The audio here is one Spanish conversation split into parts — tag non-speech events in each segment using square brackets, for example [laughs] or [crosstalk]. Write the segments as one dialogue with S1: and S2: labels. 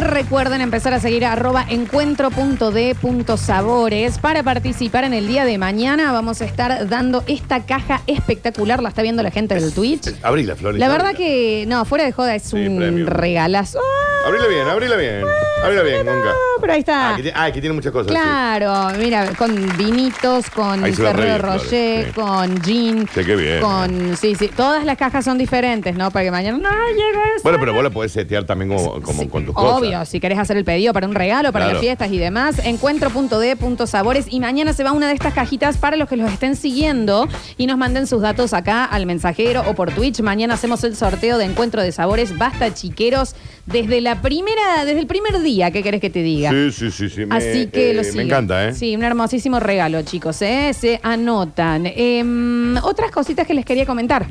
S1: recuerden empezar a seguir arroba encuentro.d.sabores para participar en el día de mañana. Vamos a estar dando esta caja espectacular. La está viendo la gente del Twitch.
S2: Abrila, Florencia.
S1: La verdad
S2: abrila.
S1: que, no, fuera de joda, es un
S2: premium.
S1: regalazo. ¡Ah!
S2: Abrila bien, abrila bien. Abrila bien, Gonca.
S1: No, pero ahí está.
S2: Ah, que, ti- ah, que tiene muchas cosas.
S1: Claro, mira, con vinitos, con
S2: Ahí se va re
S1: Ferrero
S2: bien,
S1: Rocher,
S2: Flores, sí.
S1: con gin,
S2: Sí, qué bien.
S1: con sí, sí, todas las cajas son diferentes, ¿no? Para que mañana no llega
S2: sí.
S1: eso.
S2: Bueno, pero vos la podés setear también como, como
S1: Sí,
S2: con tus cosas.
S1: Obvio, si querés hacer el pedido para un regalo, para
S2: Claro.
S1: las fiestas y demás, encuentro.d.sabores y mañana se va una de estas cajitas para los que los estén siguiendo y nos manden sus datos acá al mensajero o por Twitch. Mañana hacemos el sorteo de encuentro de sabores, basta chiqueros, desde la primera, desde el primer día, ¿qué querés que te diga?
S2: Sí, sí, sí, sí. me-
S1: Así que
S2: eh,
S1: lo
S2: Me
S1: siguen.
S2: encanta, ¿eh?
S1: Sí, un hermosísimo regalo, chicos. ¿eh? Se anotan. Em, otras cositas que les quería comentar.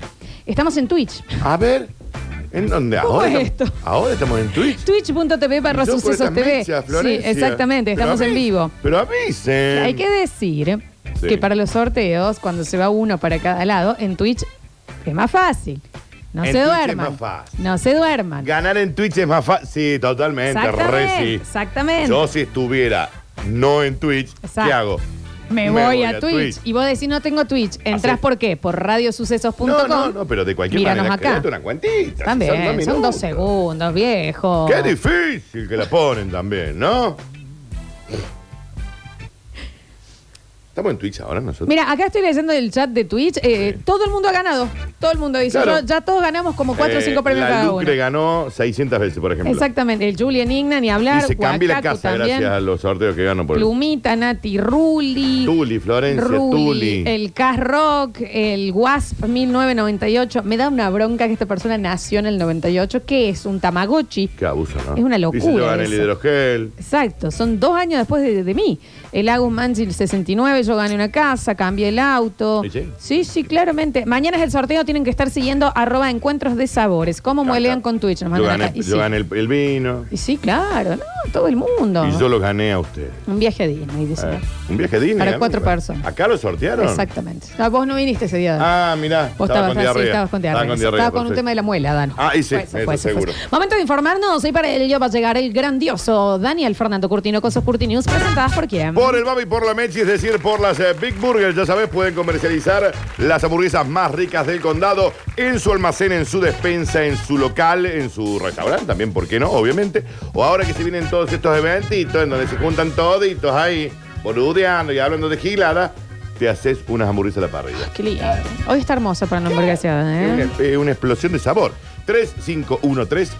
S1: Estamos en Twitch.
S2: A ver, ¿en dónde?
S1: ¿Cómo
S2: ¿Ahora,
S1: es
S2: estamos-
S1: esto?
S2: ahora estamos en Twitch.
S1: Twitch.tv barra
S2: Y yo por
S1: sucesos
S2: estas
S1: TV.
S2: mechas,
S1: Sí,
S2: Florencia.
S1: exactamente.
S2: Pero
S1: Estamos en
S2: avisen,
S1: vivo.
S2: Pero avisen.
S1: Hay que decir
S2: Sí.
S1: que para los sorteos, cuando se va uno para cada lado, en Twitch es más fácil. No
S2: En
S1: se
S2: Twitch es
S1: duerman.
S2: más fácil.
S1: No se duerman.
S2: Ganar en Twitch es más fácil. Sí, totalmente. re
S1: Exactamente,
S2: sí.
S1: exactamente.
S2: Yo si estuviera no en Twitch,
S1: Exacto.
S2: ¿qué hago?
S1: Me, voy, a, Twitch. Y vos decís, no tengo Twitch. ¿Entrás
S2: Así.
S1: por qué? Por radiosucesos.com.
S2: No, no, no, pero de cualquier
S1: Míranos
S2: manera,
S1: acá.
S2: créate una cuentita. si
S1: También, son dos
S2: minutos.
S1: segundos, viejo.
S2: Qué difícil que la ponen también, ¿no? Estamos en Twitch ahora nosotros.
S1: Mira, acá estoy leyendo el chat de Twitch. eh, Todo el mundo ha ganado. Todo el mundo dice,
S2: Claro.
S1: yo- ya todos ganamos como cuatro o
S2: Eh,
S1: cinco premios
S2: la
S1: cada uno.
S2: Lucre ganó 600 veces, por ejemplo.
S1: Exactamente. El Julian Igna, ni hablar.
S2: Y se cambió la
S1: Guacacu
S2: casa
S1: también.
S2: gracias a los sorteos que gano por el
S1: Plumita, Nati, Ruli.
S2: Tuli, Florencia,
S1: Ruli,
S2: Tuli.
S1: el Cas Rock, el Wasp 1998. Me da una bronca que esta persona nació en el 98. ¿Qué es? ¿Un Tamagotchi?
S2: Qué abuso, ¿no?
S1: Es una locura
S2: Dice, yo gané el
S1: eso.
S2: hidrogel.
S1: Exacto, son dos años después de, de mí. El Agus Manzi 69, yo gané una casa, cambié el auto.
S2: ¿Y sí?
S1: Sí, sí, claramente. Mañana es el sorteo, tienen que estar siguiendo arroba encuentros de sabores. ¿Cómo muelean con Twitch? Nos
S2: yo
S1: mandan
S2: gané,
S1: acá. Y
S2: yo
S1: sí.
S2: gané el, el vino.
S1: Y sí, claro, no, todo el mundo.
S2: Y yo lo gané a ustedes.
S1: Un viaje a Disney, dice.
S2: Eh, un viaje a Disney.
S1: Para
S2: amigo.
S1: cuatro personas.
S2: ¿Acá lo sortearon?
S1: Exactamente. No, vos no viniste ese día.
S2: Ah, mirá.
S1: Vos
S2: estaba,
S1: estabas,
S2: con
S1: así,
S2: diarrea.
S1: estabas con diarrea.
S2: Estaba con
S1: Estaba
S2: diarrea.
S1: con un
S2: perfecto.
S1: tema de la muela, Dano.
S2: Ah, y sí,
S1: eso,
S2: eso
S1: eso,
S2: seguro.
S1: eso. Momento de informarnos y para ello va a llegar el grandioso Daniel Fernando Curtino, Cosas Curti News, presentadas por quién.
S2: Por el Babi y por la Mechi, es decir, por las eh, Big Burgers, ya sabes, pueden comercializar las hamburguesas más ricas del condado en su almacén, en su despensa, en su local, en su restaurante, también, ¿por qué no? Obviamente. O ahora que se vienen todos estos eventitos en donde se juntan toditos ahí, boludeando y hablando de gilada, te haces unas hamburguesas a la parrilla.
S1: Qué lindo. Hoy está hermosa para una hamburgueseada,
S2: Es
S1: ¿eh?
S2: una, es una explosión de sabor. 3513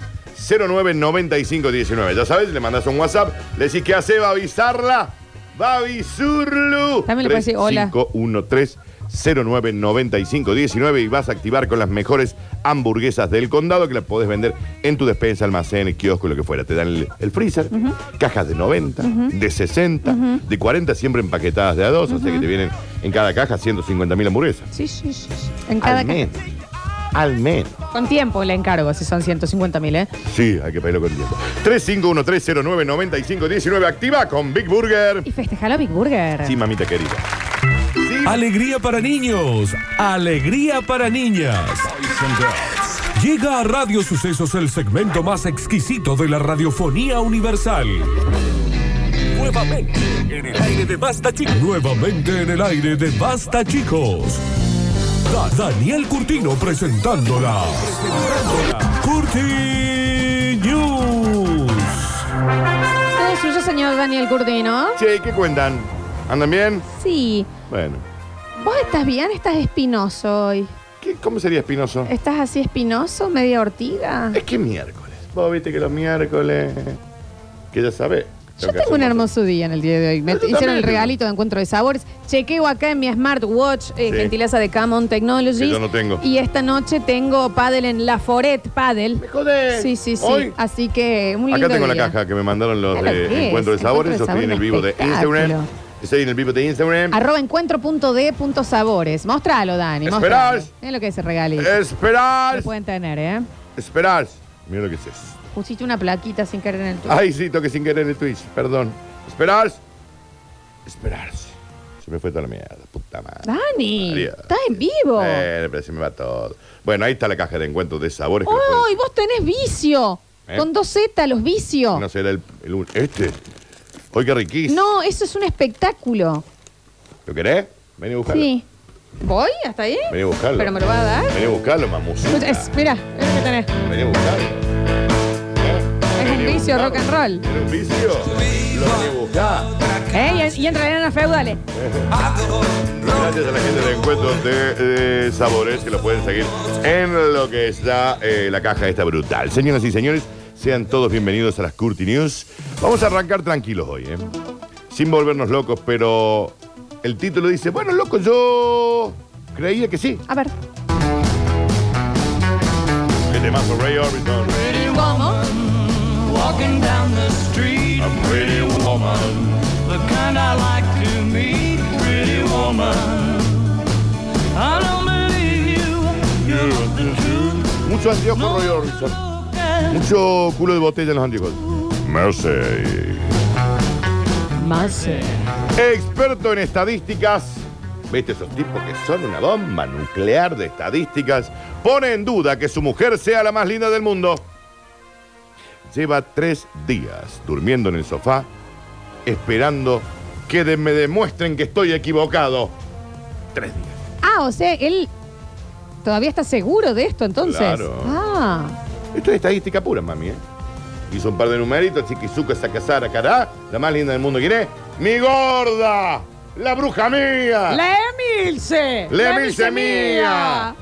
S2: 099519. Ya sabes, le mandas un WhatsApp, le decís que hace, va a avisarla. Va a avisarlo.
S1: También le puedes decir hola.
S2: 3513 099519 y vas a activar con las mejores hamburguesas del condado que las podés vender en tu despensa, almacén, kiosco, lo que fuera. Te dan el, el freezer, cajas de 90, de 60, de 40, siempre empaquetadas de a dos, o sea que te vienen en cada caja 150 mil hamburguesas.
S1: Sí, sí, sí. sí. En cada
S2: Al menos. Al menos.
S1: Con tiempo le encargo, si son 150 mil, ¿eh?
S2: Sí, hay que pedirlo con tiempo. 3513099519 activa con Big Burger.
S1: Y festejalo Big Burger.
S2: Sí, mamita querida. Sí.
S3: Alegría para niños, alegría para niñas. Llega a Radio Sucesos el segmento más exquisito de la radiofonía universal. Nuevamente en el aire de Basta Chicos. Nuevamente en el aire de Basta Chicos. Da- Daniel Curtino presentándola. Curti News.
S1: Todo suyo, señor Daniel Curtino.
S2: Che, ¿qué cuentan? ¿Andan bien?
S1: Sí.
S2: Bueno.
S1: ¿Vos estás bien? ¿Estás espinoso hoy?
S2: ¿Qué- ¿Cómo sería Espinoso?
S1: ¿Estás así espinoso, media ortiga?
S2: Es que miércoles. Vos viste que los miércoles... Que ya sabés.
S1: Yo tengo un hermoso día en el día de hoy. Me
S2: Yo
S1: hicieron
S2: también.
S1: el regalito de encuentro de sabores. Chequeo acá en mi smartwatch, eh,
S2: Sí.
S1: gentileza de Camon Technologies.
S2: Que yo no tengo.
S1: Y esta noche tengo paddle en La Foret Paddle.
S2: Me jodés.
S1: Sí, sí, sí.
S2: Hoy,
S1: Así que un lindo
S2: acá tengo la
S1: día.
S2: caja que me mandaron los
S1: Claro que es,
S2: de Encuentro de Sabores. Yo
S1: Encuentro de
S2: estoy en el vivo de
S1: Sabores,
S2: Instagram. Estoy en el vivo de Instagram.
S1: Arroba encuentro.d.sabores. Mostralo, Dani.
S2: Esperás.
S1: mostralo. Mirá lo que es el regalito. Lo
S2: Esperar.
S1: pueden tener, ¿eh?
S2: Esperar. Mira lo que es eso.
S1: Pusiste una plaquita sin querer en el tuyo.
S2: Ay, sí, toque sin querer el Twitch, perdón. Esperar. Esperar. Se me fue toda la mierda, puta madre.
S1: Dani,
S2: María.
S1: estás en vivo.
S2: Eh, pero se me va todo. Bueno, ahí está la caja de encuentros de sabores. que los pueden-
S1: ¡Uy, vos tenés vicio!
S2: ¿Eh?
S1: Con dos Z, los vicios.
S2: No será el, el un- este. Hoy qué riquísimo.
S1: No, eso es un espectáculo.
S2: ¿Lo querés? Vení a buscarlo.
S1: Sí. ¿Voy hasta ahí?
S2: Vení a buscarlo.
S1: ¿Pero me lo va a dar?
S2: Vení a buscarlo, mamusa.
S1: Escucha, es- Mira, es lo que tenés.
S2: Vení a buscarlo.
S1: Es un vicio rock and roll.
S2: ¿Es un vicio? Lo vení a buscar.
S1: ¿Eh? Y, y entrarán a feudales.
S2: Gracias a la gente del encuentro de eh, sabores que lo pueden seguir en lo que está eh, la caja esta brutal. Señoras y señores, sean todos bienvenidos a las Curti News. Vamos a arrancar tranquilos hoy, ¿eh? Sin volvernos locos, pero el título dice, bueno, loco, yo creía que sí.
S1: A ver.
S2: El temazo Ray Orbison.
S1: ¿Cómo?
S4: Walking down the street,
S2: A pretty woman.
S4: the kind I like to meet, pretty woman. I don't believe you, you're the truth.
S2: Mucho anteojo Ray Orbison. Mucho culo de botella en los anteojos. Mercy.
S1: Más. eh,
S2: Experto en estadísticas. ¿Viste esos tipos que son una bomba nuclear de estadísticas? Pone en duda que su mujer sea la más linda del mundo. Lleva tres días durmiendo en el sofá, esperando que de- me demuestren que estoy equivocado. Tres días.
S1: Ah, o sea, él todavía está seguro de esto entonces.
S2: Claro.
S1: Ah.
S2: Esto es estadística pura, mami, ¿eh? Hizo un par de numeritos, Chiquizuka, Sakazara, Cará. La más linda del mundo, ¿quién es? ¡Mi gorda! ¡La bruja mía!
S1: ¡La Emilce!
S2: Ah. ¡La Emilce mía!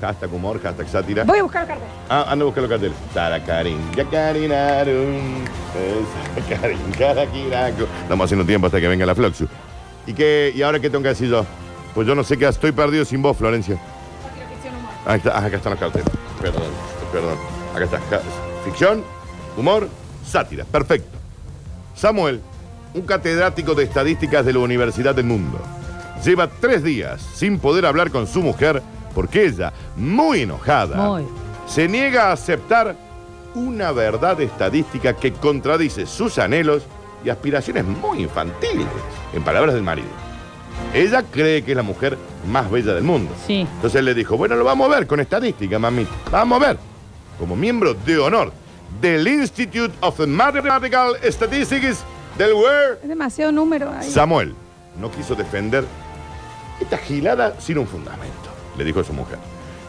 S2: Hashtag humor, hashtag sátira.
S1: Voy a buscar carta.
S2: Ah, anda a buscar los carteles. Saracarín, yacarinarum, eh, saracarín, carakiraco. Estamos haciendo tiempo hasta que venga la Floxu. ¿Y, qué, ¿Y ahora qué tengo que decir yo? Pues yo no sé qué, estoy perdido sin vos, Florencia. Ahí está, ah, acá están los carteles. Perdón, perdón. Acá está. ca- Ficción, humor, sátira. Perfecto. Samuel, un catedrático de estadísticas de la Universidad del Mundo, lleva tres días sin poder hablar con su mujer porque ella, muy enojada,
S1: Muy.
S2: se niega a aceptar una verdad estadística que contradice sus anhelos y aspiraciones muy infantiles, en palabras del marido. Ella cree que es la mujer más bella del mundo.
S1: Sí.
S2: Entonces él le dijo, bueno, lo vamos a ver con estadística, mami. Vamos a ver. Como miembro de honor del Institute of Mathematical Statistics del World,
S1: Es demasiado número ahí.
S2: Samuel no quiso defender esta gilada sin un fundamento, le dijo a su mujer.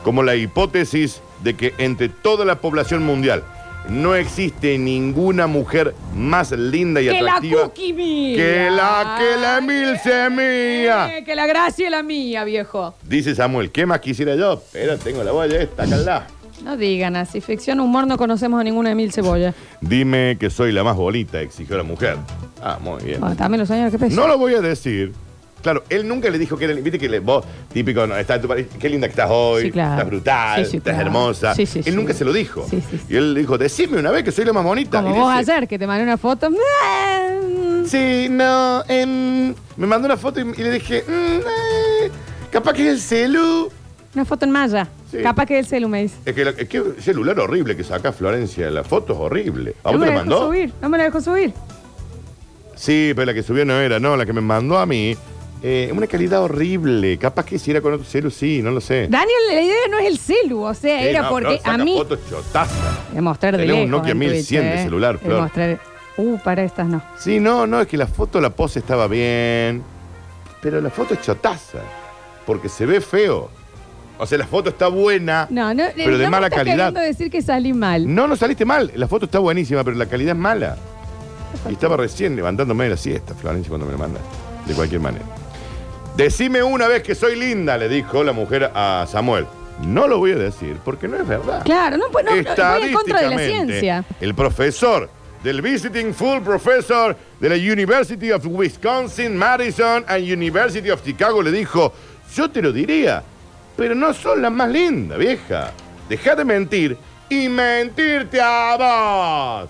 S2: Como la hipótesis de que entre toda la población mundial no existe ninguna mujer más linda y
S1: que la
S2: atractiva
S1: cookie mía.
S2: que la que la mil semilla.
S1: Eh, que la gracia es la mía, viejo.
S2: Dice Samuel, ¿qué más quisiera yo? Pero tengo la boya esta, calá.
S1: No digan así. Ficción, humor, no conocemos a ninguna Emil Cebolla.
S2: Dime que soy la más bonita, exigió la mujer. Ah, muy bien.
S1: Ah, también los años que pesan.
S2: No lo voy a decir. Claro, él nunca le dijo que era. Viste que le- vos, típico, no, está en tu país, qué linda que estás hoy,
S1: Sí, claro.
S2: estás brutal,
S1: Sí, sí,
S2: estás
S1: claro.
S2: hermosa.
S1: Sí, sí,
S2: él
S1: sí.
S2: nunca se lo dijo.
S1: Sí, sí, sí.
S2: Y él le dijo, decime una vez que soy la más bonita.
S1: Como
S2: Y
S1: vos
S2: dice,
S1: ayer, que te mandé una foto. eh,
S2: Sí, no, em, me mandó una foto y, y le dije, mm, eh, capaz que es el celu.
S1: Una foto en malla.
S2: Sí.
S1: Capaz que el celu me dice.
S2: Es que, la- es que celular horrible que saca Florencia, la foto es horrible. ¿A
S1: no
S2: vos te
S1: me
S2: la
S1: la
S2: mandó?
S1: dejó subir. No me la dejó subir.
S2: Sí, pero la que subió no era, no, la que me mandó a mí. Eh, una calidad horrible. Capaz que si era con otro celu, sí, no lo sé.
S1: Daniel, la idea no es el celu. O sea,
S2: Sí,
S1: era
S2: no,
S1: porque
S2: Flor, saca
S1: a mí.
S2: fotos chotazas.
S1: De mostrar de
S2: Tenés un
S1: lejos.
S2: Nokia
S1: en
S2: 1100 de
S1: Twitch, eh,
S2: celular,
S1: De
S2: Flor.
S1: mostrar- Uh, para estas no.
S2: Sí, no, no, es que la foto, la pose estaba bien. Pero la foto es chotaza. Porque se ve feo. O sea, la foto está buena.
S1: No, no.
S2: Pero de
S1: no me
S2: mala
S1: estás
S2: calidad.
S1: queriendo decir que salí mal.
S2: No, no saliste mal. La foto está buenísima, pero la calidad es mala. Y estaba recién levantándome de la siesta, Florencia, cuando me la mandas. De cualquier manera. Decime una vez que soy linda, le dijo la mujer a Samuel. No lo voy a decir porque no es verdad.
S1: Claro, no, pues no, no, voy en contra de la
S2: Estadísticamente,
S1: ciencia.
S2: El profesor del Visiting Full Professor de la University of Wisconsin, Madison and University of Chicago le dijo, yo te lo diría, pero no son las más lindas, vieja. Deja de mentir y mentirte a vos.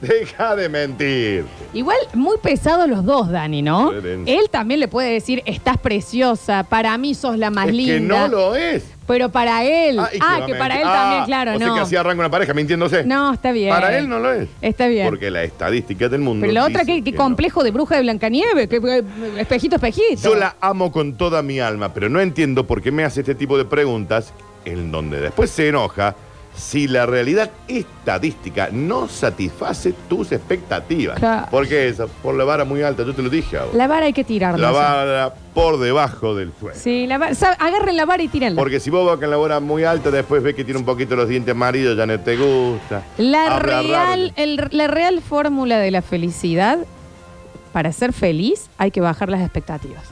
S2: Deja de mentir.
S1: Igual, muy pesados los dos, Dani, ¿no?
S2: Excelente.
S1: Él también le puede decir, estás preciosa, para mí sos la más
S2: es
S1: linda.
S2: que no lo es.
S1: Pero para él. Ah,
S2: y va a
S1: que para
S2: mentir.
S1: él
S2: Ah,
S1: también, claro,
S2: o sea
S1: no.
S2: que así arranca una pareja mintiéndose.
S1: No, está bien.
S2: Para él no lo es.
S1: Está bien.
S2: Porque la estadística del mundo.
S1: Pero la otra,
S2: dice
S1: qué, qué
S2: que no.
S1: complejo de bruja de Blancanieve, que, que- espejito, espejito.
S2: Yo la amo con toda mi alma, pero no entiendo por qué me hace este tipo de preguntas en donde después se enoja si la realidad estadística no satisface tus expectativas.
S1: Claro.
S2: Porque esa, por la vara muy alta, yo te lo dije ahora.
S1: La vara hay que tirarla.
S2: La vara por debajo del suelo.
S1: Sí, la vara. sa- Agarren la vara y tírenla.
S2: Porque si vos vas con la vara muy alta, después ves que tiene un poquito los dientes amarillos, ya no te gusta.
S1: La
S2: Habla
S1: real,
S2: raro.
S1: el- la real fórmula de la felicidad, para ser feliz, hay que bajar las expectativas.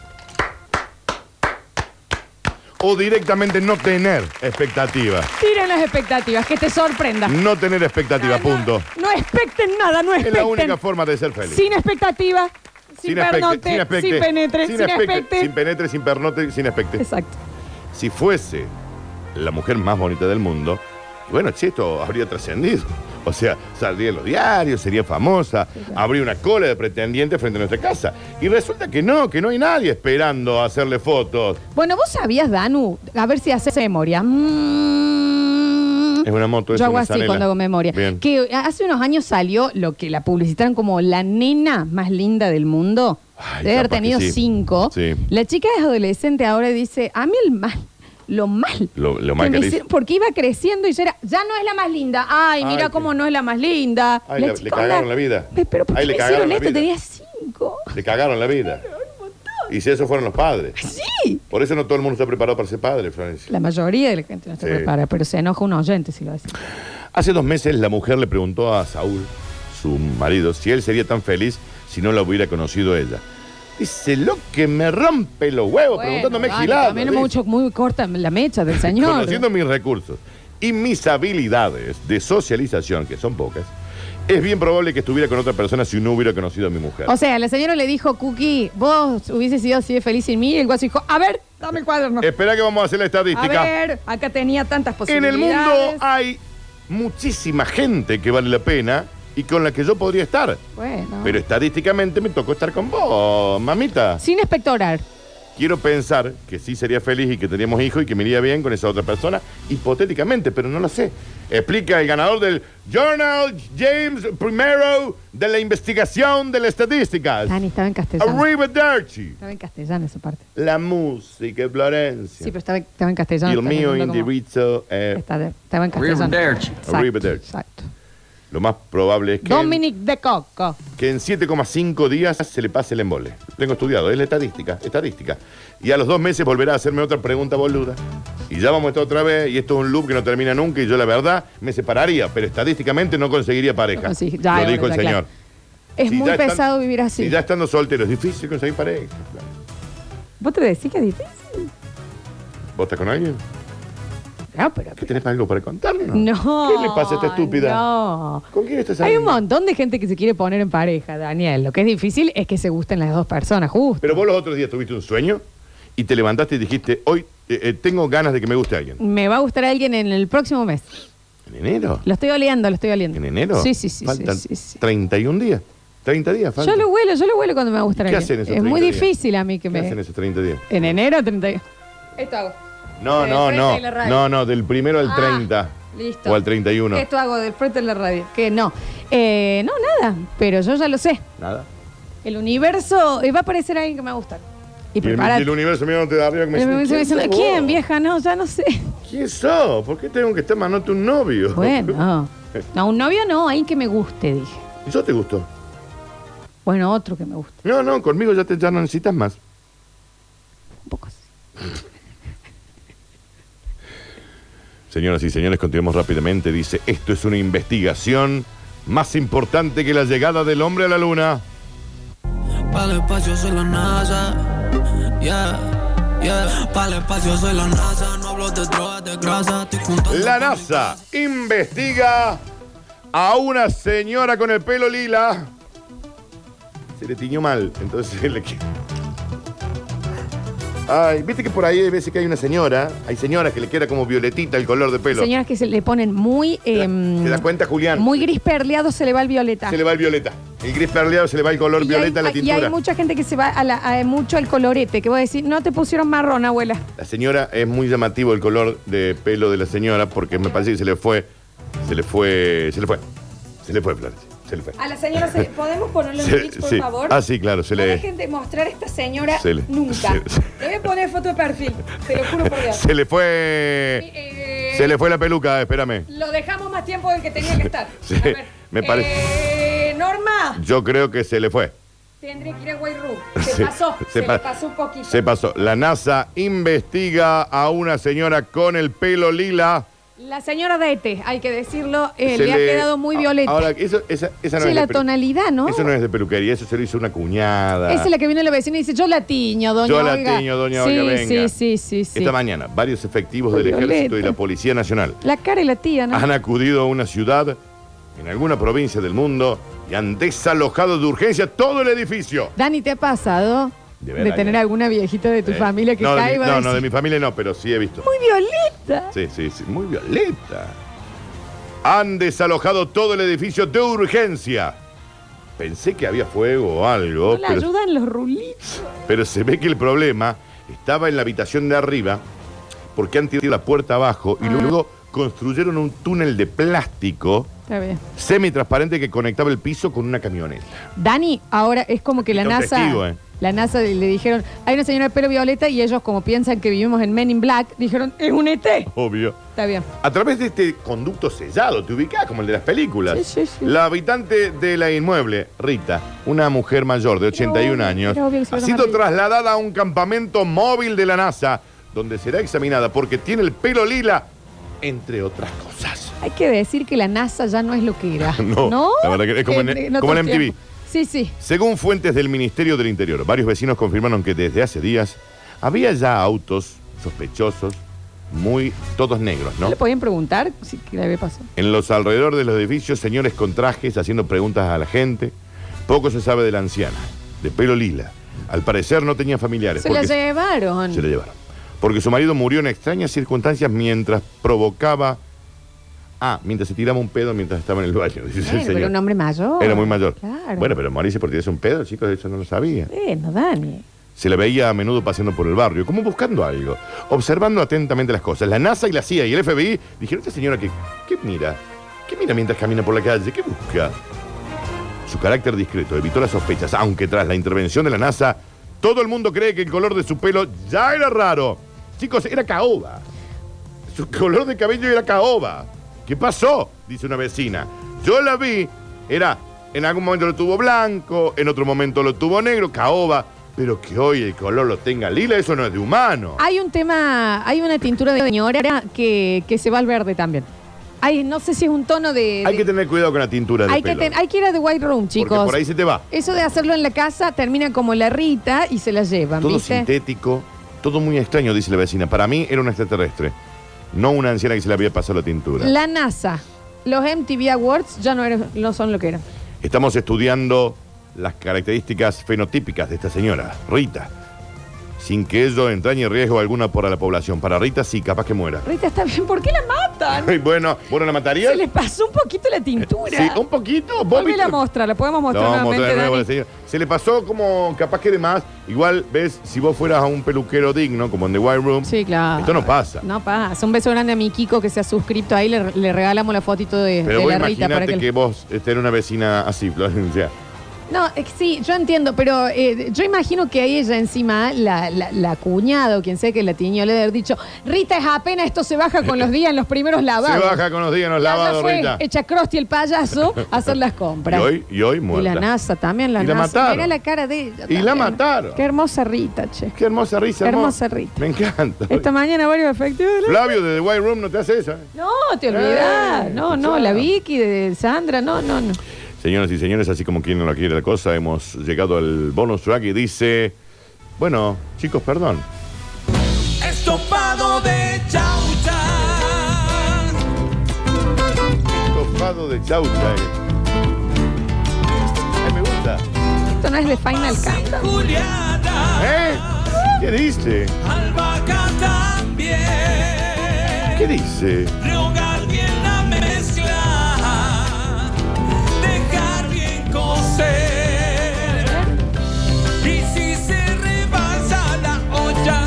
S2: O directamente no tener expectativas.
S1: Tiren las expectativas, que te sorprenda.
S2: No tener expectativas, punto.
S1: Ah. No expecten nada, no
S2: Es
S1: [laughs] expecten.
S2: la única forma de ser feliz.
S1: Sin expectativa, sin,
S2: aspecte,
S1: pernote, sin,
S2: aspecte,
S1: penetre, sin,
S2: aspecte,
S1: aspecte.
S2: sin penetre, sin pernote, sin aspecte.
S1: Exacto.
S2: Si fuese la mujer más bonita del mundo, bueno, che, esto habría trascendido. [laughs] O sea, saldría en los diarios, sería famosa, habría una cola de pretendientes frente a nuestra casa. Y resulta que no, que no hay nadie esperando a hacerle
S1: [laughs]
S2: fotos.
S1: Bueno, vos sabías, Danu, a ver si haces memoria. Mm.
S2: Es una moto, es
S1: Yo hago
S2: una
S1: así
S2: zanela.
S1: cuando hago memoria.
S2: Bien.
S1: Que eh, hace unos años salió lo que la publicitaron como la nena más linda del mundo.
S2: Ay,
S1: de haber
S2: capaz que
S1: tenido
S2: sí.
S1: cinco.
S2: Sí.
S1: La chica es adolescente ahora y dice, a mí el mal, lo mal.
S2: Lo- lo mal que
S1: me
S2: le
S1: hicieron-
S2: hizo.
S1: Porque iba creciendo y ya era, ya no es la más linda. Ay,
S2: Ay,
S1: mira
S2: qué-
S1: cómo no es la más linda.
S2: Ay, le- le cagaron la vida.
S1: Pe- Pero ¿por qué
S2: Ay, le
S1: le
S2: cagaron
S1: hicieron
S2: la
S1: esto?
S2: vida.
S1: Tenía cinco.
S2: Le cagaron la vida. Y si esos fueron los padres.
S1: Sí.
S2: Por eso no todo el mundo está preparado para ser padre, Florencia.
S1: La mayoría de la gente no se
S2: Sí.
S1: prepara, pero se enoja un oyente si lo hace.
S2: Hace dos meses la mujer le preguntó a Saúl, su marido, si él sería tan feliz si no la hubiera conocido ella. Dice, lo que me rompe los huevos, preguntándome
S1: Dani,
S2: giladas.
S1: También es
S2: dice.
S1: mucho, muy corta la mecha
S2: [laughs]
S1: del señor.
S2: Conociendo mis recursos y mis habilidades de socialización, que son pocas, es bien probable que estuviera con otra persona si no hubiera conocido a mi mujer.
S1: O sea, la señora le dijo, Cookie, vos hubieses sido así de feliz sin mí. Y el guaso dijo, a ver, dame el cuaderno.
S2: Espera que vamos a hacer la
S1: A
S2: estadística.
S1: ver, acá tenía tantas
S2: En
S1: posibilidades.
S2: el mundo ah. hay muchísima gente que vale la pena y con la que yo podría estar.
S1: Bueno.
S2: Pero estadísticamente me tocó estar con vos, mamita.
S1: Sin espectorar.
S2: Quiero pensar que sí sería feliz y que teníamos hijos y que me iría bien con esa otra persona, hipotéticamente, pero no lo sé. Explica el ganador del Journal James Primero de la investigación de las estadísticas.
S1: Dani, estaba en castellano.
S2: Arrivederci.
S1: Estaba en castellano esa parte.
S2: La música,
S1: Sí,
S2: Florencia.
S1: pero estaba, estaba en castellano.
S2: y el
S1: estaba
S2: mío,
S1: viendo cómo-
S2: indirizzo, eh,
S1: Está de- Estaba en castellano.
S5: Arrivederci.
S1: Exacto,
S2: Arrivederci.
S1: Exacto.
S2: lo más probable es que...
S1: Dominic de Coco.
S2: que en 7,5 días se le pase el embole. Tengo estudiado, es la estadística, estadística. Y a los dos meses volverá a hacerme otra pregunta boluda. Y ya vamos a estar otra vez, y esto es un loop que no termina nunca, y yo la verdad me separaría, pero estadísticamente no conseguiría pareja.
S1: No consigue- ya,
S2: Lo
S1: bueno,
S2: dijo el
S1: ya, claro.
S2: señor.
S1: Es
S2: Si
S1: muy
S2: ya están-
S1: pesado vivir así.
S2: Y ya estando soltero, es difícil conseguir pareja. claro.
S1: ¿Vos te decís que es difícil?
S2: ¿Vos estás con alguien?
S1: No, pero...
S2: ¿Qué tenés algo para contarnos?
S1: No.
S2: ¿Qué le pasa a esta estúpida?
S1: No.
S2: ¿Con quién estás
S1: Hay un
S2: saliendo?
S1: montón de gente que se quiere poner en pareja, Daniel. Lo que es difícil es que se gusten las dos personas, justo.
S2: Pero vos los otros días tuviste un sueño y te levantaste y dijiste, hoy eh, eh, tengo ganas de que me guste alguien.
S1: Me va a gustar alguien en el próximo mes.
S2: ¿En enero?
S1: Lo estoy oliendo, lo estoy oliendo.
S2: ¿En enero?
S1: Sí, sí, sí.
S2: Faltan
S1: sí, sí, sí.
S2: 31 días. 30 días
S1: Yo
S2: faltan.
S1: lo huelo, yo lo huelo cuando me va a gustar
S2: ¿Qué
S1: alguien.
S2: hacen esos
S1: es
S2: 30
S1: muy
S2: días?
S1: difícil a mí que
S2: ¿Qué
S1: me.
S2: hacen esos 30 días?
S1: En enero, 30. Esto hago.
S2: No,
S1: Eh,
S2: no,
S1: frente
S2: no.
S1: de la radio.
S2: No, no, del primero al
S1: Ah,
S2: 30.
S1: listo.
S2: O al 31.
S1: Esto hago del frente de la radio. Que no. Eh, no, nada. Pero yo ya lo sé.
S2: Nada.
S1: El universo. eh, va a aparecer alguien que me va a gustar. Y
S2: Y el, y
S1: prepárate.
S2: el universo mío no te da arriba que me
S1: El
S2: dice,
S1: universo
S2: ¿quién,
S1: diciendo,
S2: sos
S1: ¿Quién,
S2: vos?
S1: vieja? No, ya no
S2: [laughs]
S1: sé.
S2: ¿Quién sos? ¿Por qué tengo que estar mandando un novio?
S1: Bueno, no, un novio no, alguien que me guste, dije.
S2: [laughs] ¿Y yo te gustó?
S1: Bueno, otro que me guste,
S2: No, no, conmigo ya, te, ya no necesitas más.
S1: un poco así.
S2: Señoras y señores, continuemos rápidamente. Dice, esto es una investigación más importante que la llegada del hombre a la luna.
S6: Para el espacio soy la NASA. Yeah, yeah. Para el espacio soy la NASA. No hablo de drogas, de grasa. Estoy juntando.
S2: La NASA investiga a una señora con el pelo lila. Se le tiñó mal, entonces [laughs] le quedó. Ay, viste que por ahí hay veces que hay una señora, hay señoras que le queda como violetita el color de pelo.
S1: Señoras que se le ponen muy.
S2: ¿Te,
S1: em,
S2: das cuenta, Julián?
S1: Muy gris perleado se le va el violeta.
S2: Se le va el violeta. El gris perleado se le va el color
S1: y hay,
S2: violeta a la
S1: y
S2: tintura.
S1: hay mucha gente que se va a la- a- mucho al colorete, que voy a decir, no te pusieron marrón, abuela.
S2: La señora es muy llamativo el color de pelo de la señora porque me parece que se le fue, se le fue, se le fue, se le fue, Florencia, se le fue.
S1: A la señora, se, ¿podemos ponerle
S2: Se- sí. Ah, sí, claro, se
S1: No
S2: le.
S1: dejen de mostrar a esta señora
S2: Se le- se- se-
S1: Le voy a poner foto de perfil, te lo juro por Dios.
S2: Se le fue.
S1: Eh,
S2: Se le fue la peluca, espérame.
S1: Lo dejamos más tiempo del que tenía que estar.
S2: Sí,
S1: A ver.
S2: me parece-
S1: Eh, Norma,
S2: Yo creo que se le fue.
S1: tendré que ir a Guayrú. Se pasó, se,
S2: pa-
S1: le pasó un poquito.
S2: Se pasó. La NASA investiga a una señora con el pelo lila.
S1: La señora Dete, hay que decirlo, eh,
S2: Se
S1: le, ha quedado muy
S2: a-
S1: violeta.
S2: Ahora, eso, esa, esa no
S1: Sí,
S2: es
S1: la
S2: de pelu-
S1: tonalidad, ¿no?
S2: Eso no es de peluquería, eso se lo hizo una cuñada.
S1: Esa es la que viene la vecina y dice, yo la tiño, doña
S2: Yo la
S1: Olga.
S2: tiño, doña
S1: sí,
S2: Olga,
S1: Sí,
S2: venga.
S1: sí, sí, sí.
S2: Esta mañana, varios efectivos del
S1: Violeta.
S2: Ejército y la Policía Nacional
S1: La cara y la tía, ¿no?
S2: han acudido a una ciudad en alguna provincia del mundo y han desalojado de urgencia todo el edificio.
S1: Dani, ¿te ha pasado de,
S2: De verdad
S1: tener
S2: que-
S1: alguna viejita de tu
S2: Eh,
S1: familia que
S2: no, de
S1: caiga?
S2: mi- no, no, de mi familia no, pero sí he visto.
S1: Muy violeta.
S2: Sí, sí, sí, muy violeta. Han desalojado todo el edificio de urgencia. Pensé que había fuego o algo,
S1: No le
S2: pero,
S1: ayudan los rulitos.
S2: pero se ve que el problema estaba en la habitación de arriba porque han tirado la puerta abajo y
S1: Ah.
S2: luego construyeron un túnel de plástico
S1: Está bien.
S2: semi-transparente que conectaba el piso con una camioneta.
S1: Dani, ahora es como que la
S2: Está un
S1: NASA.
S2: testigo, eh.
S1: La NASA le, le dijeron, hay una señora de pelo violeta y ellos, como piensan que vivimos en Men in Black, dijeron, es un ET.
S2: Obvio.
S1: Está bien.
S2: A través de este conducto sellado, te ubicás como el de las películas.
S1: Sí, sí, sí.
S2: La habitante de la inmueble, Rita, una mujer mayor de 81
S1: obvio,
S2: años,
S1: era obvio que se
S2: ha
S1: iba a
S2: sido
S1: llamar Rita.
S2: trasladada a un campamento móvil de la NASA, donde será examinada porque tiene el pelo lila, entre otras cosas.
S1: Hay que decir que la NASA ya no es lo que era.
S2: [laughs] No,
S1: No. Eh,
S2: la verdad que es como en-
S1: otros
S2: como en MTV.
S1: tiempos. Sí, sí.
S2: Según fuentes del Ministerio del Interior, varios vecinos confirmaron que desde hace días había ya autos sospechosos, muy todos negros, ¿no?
S1: ¿No le podían preguntar si qué le había pasado?
S2: En los alrededores de los edificios, señores con trajes haciendo preguntas a la gente. Poco se sabe de la anciana, de pelo lila. Al parecer no tenía familiares.
S1: Se la
S2: porque
S1: llevaron.
S2: se la llevaron. Porque su marido murió en extrañas circunstancias mientras provocaba. Ah, mientras se tiraba un pedo mientras estaba en el baño. dice el
S1: Bueno, pero
S2: señor.
S1: era un hombre mayor.
S2: Era muy mayor.
S1: Claro.
S2: Bueno, pero morirse por tirarse un pedo, chicos, eso no lo sabía.
S1: Bueno, Dani.
S2: Se le veía a menudo paseando por el barrio, como buscando algo, observando atentamente las cosas. La NASA y la CIA y el FBI dijeron, esta señora que, ¿qué mira? ¿Qué mira mientras camina por la calle? ¿Qué busca? Su carácter discreto evitó las sospechas, aunque tras la intervención de la NASA, todo el mundo cree que el color de su pelo ya era raro. Chicos, era caoba. Su color de cabello era caoba. ¿Qué pasó? Dice una vecina. Yo la vi, era, en algún momento lo tuvo blanco, en otro momento lo tuvo negro, caoba. Pero que hoy el color lo tenga lila, eso no es de humano.
S1: Hay un tema, hay una tintura de señora que, que se va al verde también. Ay, no sé si es un tono de.
S2: Hay
S1: de-
S2: que tener cuidado con la tintura de
S1: hay que
S2: pelo.
S1: ten- hay que ir a The White Room,
S2: porque
S1: chicos.
S2: por ahí se te va.
S1: Eso de hacerlo en la casa termina como la Rita y se la llevan,
S2: Todo
S1: ¿viste?
S2: sintético, todo muy extraño, dice la vecina. Para mí era un extraterrestre, no una anciana que se le había pasado la tintura.
S1: La NASA, los MTV Awards ya no, eran- no son lo que eran.
S2: Estamos estudiando las características fenotípicas de esta señora, Rita, sin que ello entrañe riesgo alguna para la población. Para Rita sí, capaz que muera.
S1: Rita está bien, ¿por qué la matan?
S2: Ay, [laughs] bueno, ¿bueno la mataría?
S1: Se les pasó un poquito la tintura.
S2: Sí, un poquito. ¿Vos
S1: Volví la
S2: viste?
S1: mostra, la podemos
S2: No,
S1: mostrar
S2: vamos a
S1: nuevamente,
S2: mostrar de nuevo a
S1: Dani.
S2: la señora. Se le pasó como capaz que de más. Igual, ves, si vos fueras a un peluquero digno, como en The White Room,
S1: Sí, claro.
S2: esto no pasa.
S1: No pasa. Un beso grande a mi Kiko que se ha suscrito ahí. Le, le regalamos la fotito de,
S2: Pero
S1: de
S2: vos
S1: la Rita para
S2: imaginate
S1: que.
S2: que... vos estés en una vecina así, Florencia.
S1: No, es que sí, yo entiendo, pero eh, yo imagino que ahí ella encima, la, la, la cuñada o quien sea que la tiñó, le debe haber dicho: Rita es apenas, esto se baja con
S2: [laughs]
S1: los días en los primeros lavados.
S2: Se baja con los días en los
S1: Ya
S2: lavados,
S1: fue
S2: Rita.
S1: Hecha Crosti el payaso a hacer
S2: [laughs]
S1: las
S2: Y
S1: compras.
S2: hoy, y hoy
S1: Y
S2: muerta.
S1: la NASA también, la
S2: Y la
S1: NASA.
S2: mataron.
S1: Mirá la cara de ella.
S2: Y la
S1: también.
S2: mataron.
S1: Qué hermosa Rita, che.
S2: Qué hermosa risa. hermo-
S1: Hermosa risa.
S2: Me encanta.
S1: Esta mañana varios efectivos. de la-
S2: Flavio de The White Room no te hace eso. ¿eh?
S1: No, te olvidás.
S2: Eh,
S1: no, no,
S2: ya.
S1: la Vicky de Sandra, no, no, no.
S2: Señoras y señores, así como quien no la quiere la cosa, hemos llegado al bonus track y dice... Bueno, chicos, perdón.
S4: Estofado de chauchas.
S2: Estofado de chaucha. eh. Eh, me gusta.
S1: Esto no es de Final Cut.
S4: Juliada.
S2: ¿Eh? ¿Qué dice?
S4: Albahaca también.
S2: ¿Qué dice?
S4: Rehogar bien la mezcla, dejar bien cocer. Y si se rebalsa la olla,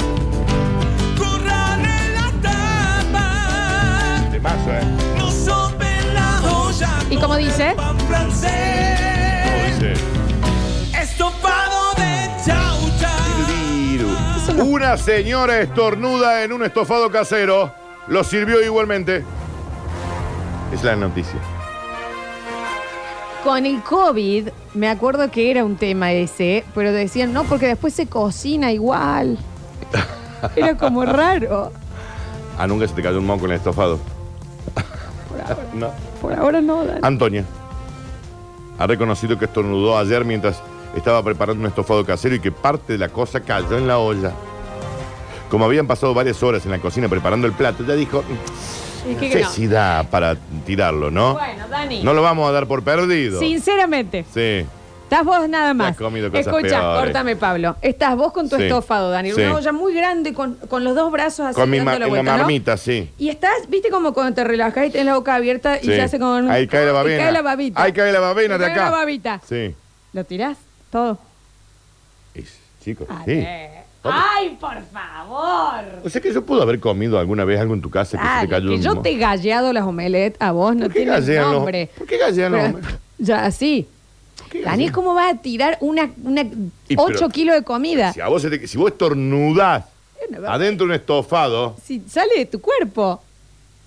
S4: corrale la tapa.
S2: Temazo, ¿eh?
S4: No sopen la olla.
S1: ¿Y cómo dice?
S4: Pan francés,
S2: Dice...
S4: estofado de chaucha.
S2: Uh. Una señora estornuda en un estofado casero. Lo sirvió igualmente. Es la noticia.
S1: Con el COVID, me acuerdo que era un tema ese, pero decían, no, porque después se cocina
S2: [laughs]
S1: igual. Era como raro.
S2: Ah, nunca se te cayó un moco en
S1: [laughs]
S2: el estofado. no.
S1: Por ahora no, Dan.
S2: Antonia ha reconocido que estornudó ayer mientras estaba preparando un estofado casero y que parte de la cosa cayó en la olla. Como habían pasado varias horas en la cocina preparando el plato, ya dijo,
S1: Es que
S2: "Sí,
S1: no.
S2: sí da para tirarlo, ¿no?
S1: Bueno, Dani.
S2: No lo vamos a dar por perdido.
S1: Sinceramente,
S2: Sí.
S1: estás vos nada más.
S2: Has comido cosas
S1: Escucha,
S2: peores.
S1: córtame, Pablo. Estás vos con tu
S2: Sí.
S1: estofado, Dani.
S2: Sí.
S1: Una olla muy grande con, con los dos brazos así.
S2: Con mi
S1: dando
S2: ma-
S1: la
S2: en
S1: vuelta,
S2: la
S1: ¿no?
S2: marmita, sí.
S1: Y estás, viste como cuando te relajas y tenés la boca abierta y
S2: Sí.
S1: se hace con.
S2: Ahí cae la babena.
S1: Ahí cae la babita.
S2: Ahí cae la babena
S1: Ahí
S2: de
S1: cae
S2: acá.
S1: la babita.
S2: Sí.
S1: ¿Lo tirás? Todo.
S2: Es- chicos,
S1: Ah,
S2: sí.
S1: Ale. ¡Ay, por favor!
S2: O sea que yo puedo haber comido alguna vez algo en tu casa que se
S1: Dale,
S2: te cayó
S1: que
S2: un
S1: yo
S2: mo-
S1: te he galleado las omelettes a vos, no
S2: ¿Por qué
S1: tiene
S2: gallean los-
S1: nombre.
S2: ¿Por qué gallean los
S1: Pero-
S2: hombres?
S1: Ya, así.
S2: qué
S1: Daniel,
S2: gallean?
S1: ¿cómo vas a tirar una, una
S2: Y
S1: 8
S2: pero-
S1: kilos de comida?
S2: Si, a vos se te- si vos estornudás
S1: Bueno, va.
S2: adentro de un estofado,
S1: Si sale de tu cuerpo,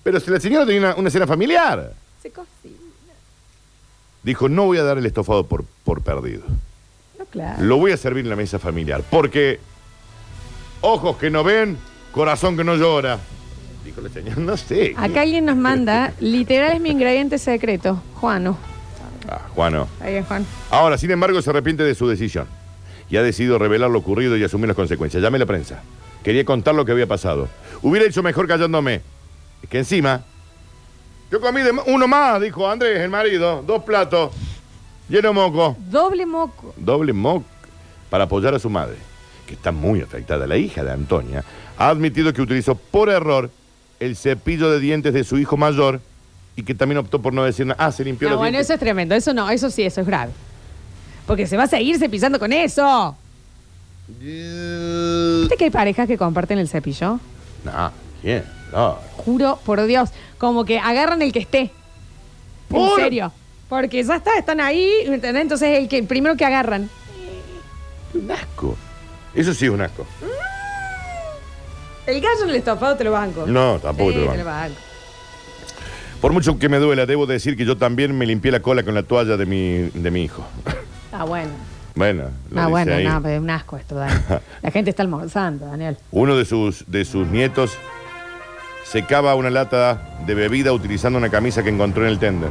S2: pero si la señora tenía una, una cena familiar,
S1: se cocina.
S2: dijo, no voy a dar el estofado por, por perdido.
S1: No, claro.
S2: Lo voy a servir en la mesa familiar, porque ojos que no ven, corazón que no llora. Dijo la señora, no sé.
S1: Acá alguien nos manda, literal es mi ingrediente secreto, Juano.
S2: Ah, Juano.
S1: Ahí es Juan.
S2: Ahora, sin embargo, se arrepiente de su decisión y ha decidido revelar lo ocurrido y asumir las consecuencias. Llamé a la prensa. Quería contar lo que había pasado. Hubiera hecho mejor callándome. Es que encima. Yo comí de ma- uno más, dijo Andrés, el marido. Dos platos. Lleno de moco.
S1: Doble moco.
S2: Doble moco para apoyar a su madre, que está muy afectada. La hija de Antonia ha admitido que utilizó por error el cepillo de dientes de su hijo mayor y que también optó por no decir nada. Ah, se limpió
S1: No,
S2: los
S1: bueno,
S2: dientes.
S1: eso es tremendo. Eso no, eso sí, eso es grave. Porque se va a seguir cepillando con eso. ¿Viste que hay parejas que comparten el cepillo?
S2: No, Ah, bien, no.
S1: Juro por Dios. Como que agarran el que esté.
S2: Por-
S1: En serio. Porque ya está, están ahí, ¿entendés? Entonces el que el primero que agarran.
S2: Un asco. Eso sí es un asco.
S1: El gallo en el estofado te lo banco.
S2: No, tampoco
S1: Sí,
S2: te lo
S1: te lo
S2: banco.
S1: banco.
S2: Por mucho que me duela, debo decir que yo también me limpié la cola con la toalla de mi, de mi hijo. [laughs]
S1: Ah, bueno.
S2: Bueno, lo
S1: Ah,
S2: dice
S1: bueno,
S2: ahí.
S1: no, pero es un asco esto, Dani. La gente está almorzando, Daniel.
S2: Uno de sus, de sus nietos secaba una lata de bebida utilizando una camisa que encontró en el tender.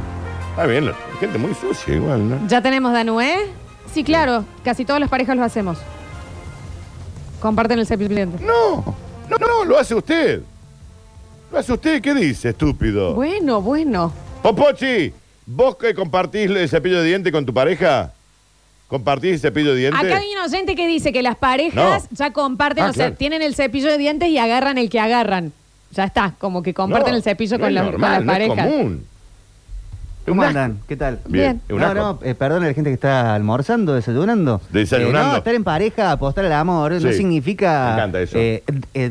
S2: Ah, bien, la- gente muy sucia igual, ¿no?
S1: Ya tenemos Danué. Sí, claro, casi todas las parejas lo hacemos. Comparten el cepillo de dientes.
S2: No, no, no, lo hace usted. Lo hace usted, ¿qué dice, estúpido?
S1: Bueno, bueno.
S2: Popochi, vos que compartís el cepillo de diente con tu pareja, ¿compartís el cepillo de diente?
S1: Acá hay un oyente que dice que las parejas
S2: No.
S1: ya comparten,
S2: Ah,
S1: o sea,
S2: claro.
S1: tienen el cepillo de dientes y agarran el que agarran. Ya está, como que comparten
S2: No,
S1: el cepillo
S2: no
S1: con,
S2: es
S1: la, con
S2: normal,
S1: las parejas.
S2: No es común.
S5: ¿Cómo
S2: Un
S5: andan? ¿Qué tal?
S1: Bien.
S2: Bien. es un
S5: no,
S2: asco.
S5: no, eh, perdón a la gente que está almorzando, desayunando.
S2: Desayunando.
S5: Eh, no, estar en pareja, apostar al amor, no
S2: Sí. Me
S5: significa
S2: encanta eso.
S5: eh, eh,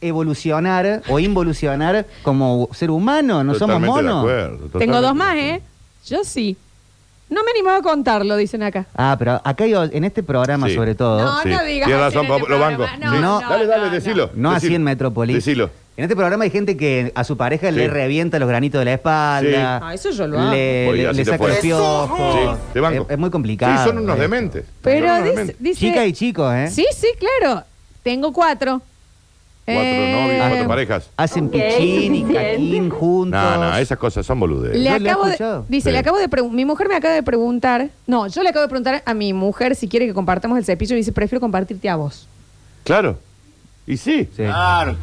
S5: desevolucionar o involucionar como ser humano, no
S2: Totalmente
S5: somos
S2: de
S5: monos.
S2: acuerdo,
S1: Tengo
S2: totalmente.
S1: dos más, ¿eh? Yo sí. No me animaba a contarlo, dicen acá.
S5: Ah, pero acá hay o- en este programa
S2: Sí.
S5: sobre todo,
S1: No,
S2: Sí.
S1: no digas
S2: Tienes
S1: así
S2: razón,
S1: en este
S2: Pablo, lo banco.
S1: programa. No,
S2: Sí.
S5: no,
S2: dale, dale,
S1: no,
S2: decilo.
S5: no así
S2: decilo.
S5: en Metrópolis.
S2: Decilo.
S5: En este programa hay gente que a su pareja le
S2: Sí.
S5: revienta los granitos de la espalda.
S2: Sí.
S1: Ah, eso yo lo hago.
S5: Le,
S2: Oiga,
S5: le-
S2: así
S5: le
S2: te
S5: saca
S2: fue.
S5: el piojo.
S2: Sí, te banco.
S5: Oh. Es, es muy complicado.
S2: Sí, son unos
S5: eh.
S2: dementes.
S1: Pero
S2: Son unos
S1: dice,
S2: dementes.
S1: dice-
S5: Chicas y chicos, ¿eh?
S1: Sí, sí, claro. Tengo cuatro.
S2: Cuatro
S1: Eh,
S2: novios, cuatro parejas.
S5: Hacen pichín y caquín juntos.
S2: No, no, esas cosas son boludeces.
S1: Le
S5: Yo lo he
S1: acabo de,
S5: escuchado.
S1: dice,
S2: Sí.
S1: le acabo de pregun- mi mujer me acaba de preguntar, no, yo le acabo de preguntar a mi mujer si quiere que compartamos el cepillo y dice, prefiero compartirte a vos.
S2: Claro. Y sí.
S5: Sí.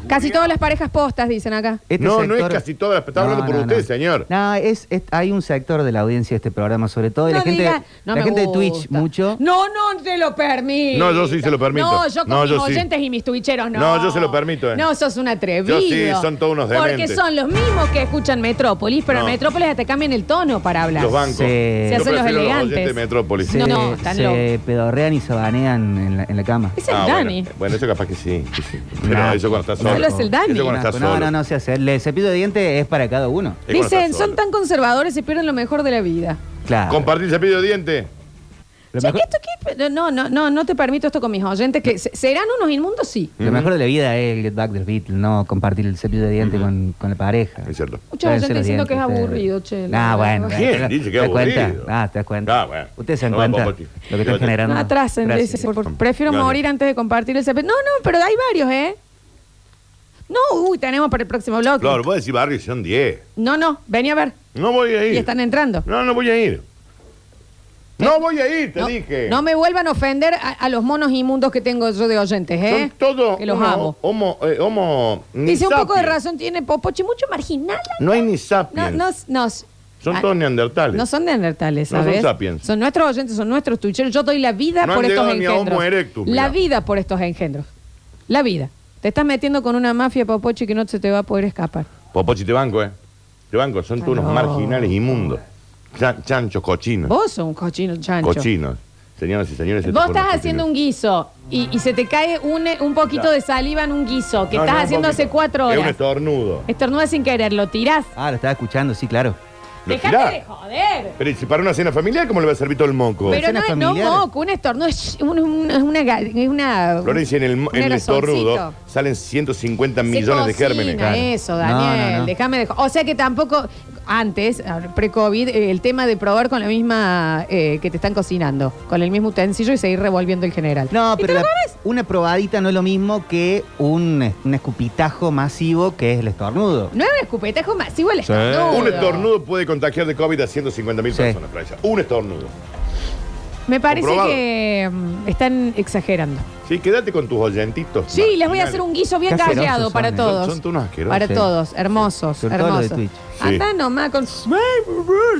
S1: Casi todas las parejas postas, dicen acá.
S5: Este
S2: No,
S5: sector-
S2: no es casi todas las- está hablando por usted, señor.
S5: No, es, es- hay un sector de la audiencia de este programa, sobre todo, y
S1: No
S5: la gente,
S1: diga, no
S5: la
S1: me
S5: gente de
S1: gusta.
S5: Twitch mucho.
S1: No, no te lo permito.
S2: No, yo sí se lo permito.
S1: No, yo con
S2: No,
S1: mis
S2: yo sí.
S1: oyentes y mis twitcheros no.
S2: No, yo se lo permito, eh.
S1: No, sos un atrevido.
S2: Yo sí, son todos unos
S1: Porque
S2: dementes.
S1: son los mismos que escuchan Metrópolis, pero
S2: No.
S1: en Metrópolis hasta cambian el tono para hablar.
S2: Los bancos.
S5: Sí. Se
S2: Yo
S1: hacen los
S2: prefiero
S1: elegantes.
S2: oyentes de Metrópolis.
S5: Se,
S1: No, no, están
S5: se
S1: locos.
S5: pedorrean y se banean en la, en la cama.
S1: Es el
S2: Ah, bueno.
S1: Dani.
S2: Bueno, eso capaz que sí. sí, sí. Pero
S5: No.
S2: eso cuando estás
S5: No
S2: solo.
S5: lo hace el
S1: Dani.
S2: Eso
S1: Un
S2: cuando estás
S5: no,
S2: solo.
S5: no, no se hace. El cepillo de dientes es para cada uno.
S2: Es cuando estás
S1: Dicen,
S2: solo.
S1: son tan conservadores, se pierden lo mejor de la vida.
S5: Claro.
S2: Compartir cepillo de dientes.
S5: Lo
S1: Che,
S5: mejor,
S1: ¿qué- esto qué? No, no, no, no te permito esto con mis oyentes. que se- ¿Serán unos inmundos? Sí.
S5: lo mejor de la vida es el get back del Beatle, no compartir el cepillo de dientes con, con la pareja.
S2: Es cierto.
S1: Mucha gente
S5: Lávense los
S1: diciendo que es
S5: dientes,
S1: aburrido,
S5: ustedes.
S1: che, la
S5: Ah,
S1: verdad.
S5: bueno.
S2: ¿Quién
S5: bueno,
S2: dice que
S5: ¿te das
S2: aburrido?
S5: cuenta? Ah, te das cuenta.
S2: Ah, bueno.
S5: Ustedes se dan
S2: No,
S5: cuenta
S2: Popochi.
S5: lo que
S2: Yo
S5: están
S2: te-
S5: generando.
S1: No, Ah, atrasen,
S5: Gracias.
S1: dice, por- prefiero
S2: Gracias.
S1: morir antes de compartir el cepillo. No, no, pero hay varios, ¿eh? No, uy, tenemos para el próximo bloque.
S2: Flor, vos decís barrio, son 10.
S1: No, no, vení a ver.
S2: No voy a ir.
S1: Y están entrando.
S2: No, no voy a ir. No voy a ir, te
S1: no,
S2: dije.
S1: no me vuelvan a ofender a, a los monos inmundos que tengo yo de oyentes, ¿eh?
S2: Son todos
S1: Que los
S2: unos
S1: amo.
S2: Homo, eh, homo
S1: Dice,
S2: ni
S1: un poco de
S2: sapiens.
S1: razón tiene Popochi, mucho marginal.
S2: No hay ni
S1: No,
S2: sapiens.
S1: no, no.
S2: son
S1: Ah,
S2: todos neandertales.
S1: No son neandertales,
S2: No son
S1: ¿sabes?
S2: sapiens.
S1: Son nuestros oyentes, son nuestros tucheros. Yo doy la vida
S2: No han
S1: por estos
S2: llegado ni a Homo
S1: engendros.
S2: erectus, mirá.
S1: la vida por estos engendros. La vida. Te estás metiendo con una mafia, Popochi, que no se te va a poder escapar.
S2: Popochi, te banco, ¿eh? Te banco. Son todos unos
S1: No.
S2: marginales inmundos. Chan- chanchos, cochinos.
S1: Vos sos un cochino chancho.
S2: Cochinos. Señoras y señores. este
S1: Vos estás haciendo un guiso y, y se te cae un, un poquito de saliva en un guiso que estás haciendo hace cuatro
S2: Es un
S1: horas.
S2: estornudo.
S1: Estornudas sin querer, lo tirás.
S5: Ah, lo estaba escuchando, sí, claro.
S2: Lo
S1: Dejate
S2: tirás.
S1: de joder.
S2: Pero ¿y si para una cena familiar, ¿cómo le va a servir todo el moco?
S1: Pero no
S5: Escena
S1: es no
S5: familiar.
S1: moco, un estornudo es un- un- es una... ga- es una
S2: Florencia, en el,
S1: un
S2: en el estornudo
S1: aerosolcito.
S2: salen 150
S1: Se
S2: millones de
S1: cocina
S2: gérmenes.
S5: Claro.
S1: Eso,
S5: No,
S1: Daniel,
S5: no, no.
S1: déjame de- O sea que tampoco, antes, pre-COVID, eh, el tema de probar con la misma eh, que te están cocinando, con el mismo utensilio y seguir revolviendo el general.
S5: No,
S1: ¿Y
S5: pero
S1: te lo
S5: la-
S1: comes?
S5: una probadita no es lo mismo que un, un escupitajo masivo que es el estornudo.
S1: No es un escupetajo masivo el
S5: Sí.
S1: estornudo.
S2: Un estornudo puede contagiar de COVID a 150 mil
S5: Sí.
S2: personas, Florencia. Un estornudo.
S1: Me parece
S2: Comprobado.
S1: que mm, están exagerando.
S2: Sí, quédate con tus oyentitos.
S1: Sí, les voy a hacer un guiso bien
S5: Qué asquerosos
S1: callado
S5: son,
S1: para
S5: eh. Son-
S1: todos.
S2: son unos asquerosos.
S1: Para
S5: Sí.
S1: todos, hermosos,
S5: Sobre todo los de
S1: hermosos.
S5: Twitch.
S2: Sí.
S1: Andá nomás con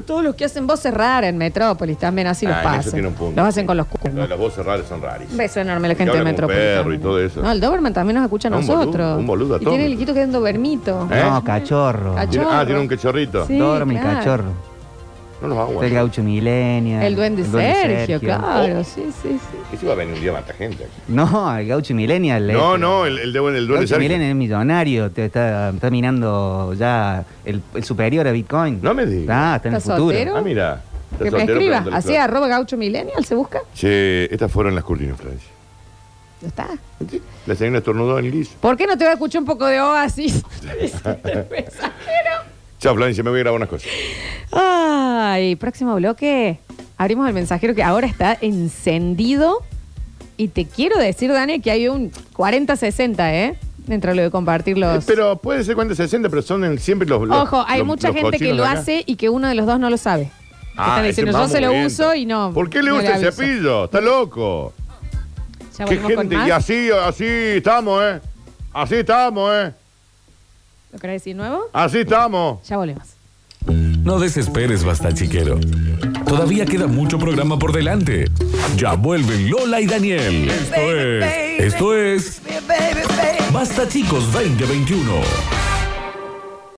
S1: todos los que hacen voces raras en Metrópolis también, así los
S2: Ah, en eso
S1: pasan.
S2: tiene un punto.
S1: Los hacen con los
S2: Lo de
S1: cuernos.
S2: Las voces raras son raras.
S1: Un beso enorme a la gente
S2: Que
S1: de
S2: habla como
S1: Metrópolis.
S2: perro y todo eso.
S1: No, el Doberman también nos escucha a
S2: Ah, un
S1: nosotros.
S2: boludo, un boludo
S1: Y tiene el
S2: atómico.
S1: hijito que es un dobermito.
S2: ¿Eh?
S5: No, cachorro.
S1: Cachorro.
S2: Tiene- ah, tiene un cachorrito.
S1: Sí,
S5: Dorme
S1: claro.
S5: el cachorro.
S2: No los hago.
S5: Está el gaucho milenio.
S1: El duende, Sergio, claro.
S2: Oh.
S1: Sí, sí, sí.
S2: ¿Qué se iba a venir un día a matar gente? aquí?
S5: No, el gaucho millennial.
S2: No,
S5: ese.
S2: no, el, el, de- el duende
S5: Gaucho
S2: Sergio.
S5: Millennial es millonario, te- está, está minando ya el, el superior a Bitcoin.
S2: No me digas.
S5: Ah, está en el
S1: ¿Estás
S5: futuro.
S1: soltero?
S2: Ah, mira. Está
S1: Que me
S2: soltero,
S1: escriba.
S2: pregúntale,
S1: Así,
S2: Flor.
S1: arroba gaucho millennial, ¿se busca?
S2: Che, estas fueron las cortinas, Florencia.
S1: Ya está.
S2: La señora estornudó en el guiso.
S1: ¿Por qué no te voy a escuchar un poco de Oasis?
S2: [laughs]
S1: Dice el mensajero.
S2: Chao, Florencia, me voy a grabar unas cosas.
S1: Ay, próximo bloque. Abrimos el mensajero que ahora está encendido. Y te quiero decir, Dani, que hay un 40-60, ¿eh? Dentro de lo de compartir los.
S2: Eh, Pero puede ser 40, 60, pero son en- siempre los, los-
S1: Ojo, hay
S2: los-
S1: mucha
S2: los
S1: gente que
S2: cochinos
S1: lo
S2: de acá.
S1: hace y que uno de los dos no lo sabe.
S2: Ah,
S1: Están
S2: ese
S1: diciendo, yo
S2: mambo
S1: se lo
S2: violento.
S1: uso y no.
S2: ¿Por qué le
S1: no
S2: gusta el
S1: aviso.
S2: cepillo? Está loco.
S1: Ya
S2: Qué
S1: volvemos con
S2: gente.
S1: más.
S2: Y así, así estamos, ¿eh? Así estamos, ¿eh?
S1: ¿Lo querés decir nuevo?
S2: Así estamos.
S1: Ya volvemos.
S3: No desesperes, basta chiquero. Todavía queda mucho programa por delante. Ya vuelven Lola y Daniel. Esto es. Esto es. Basta chicos 2021.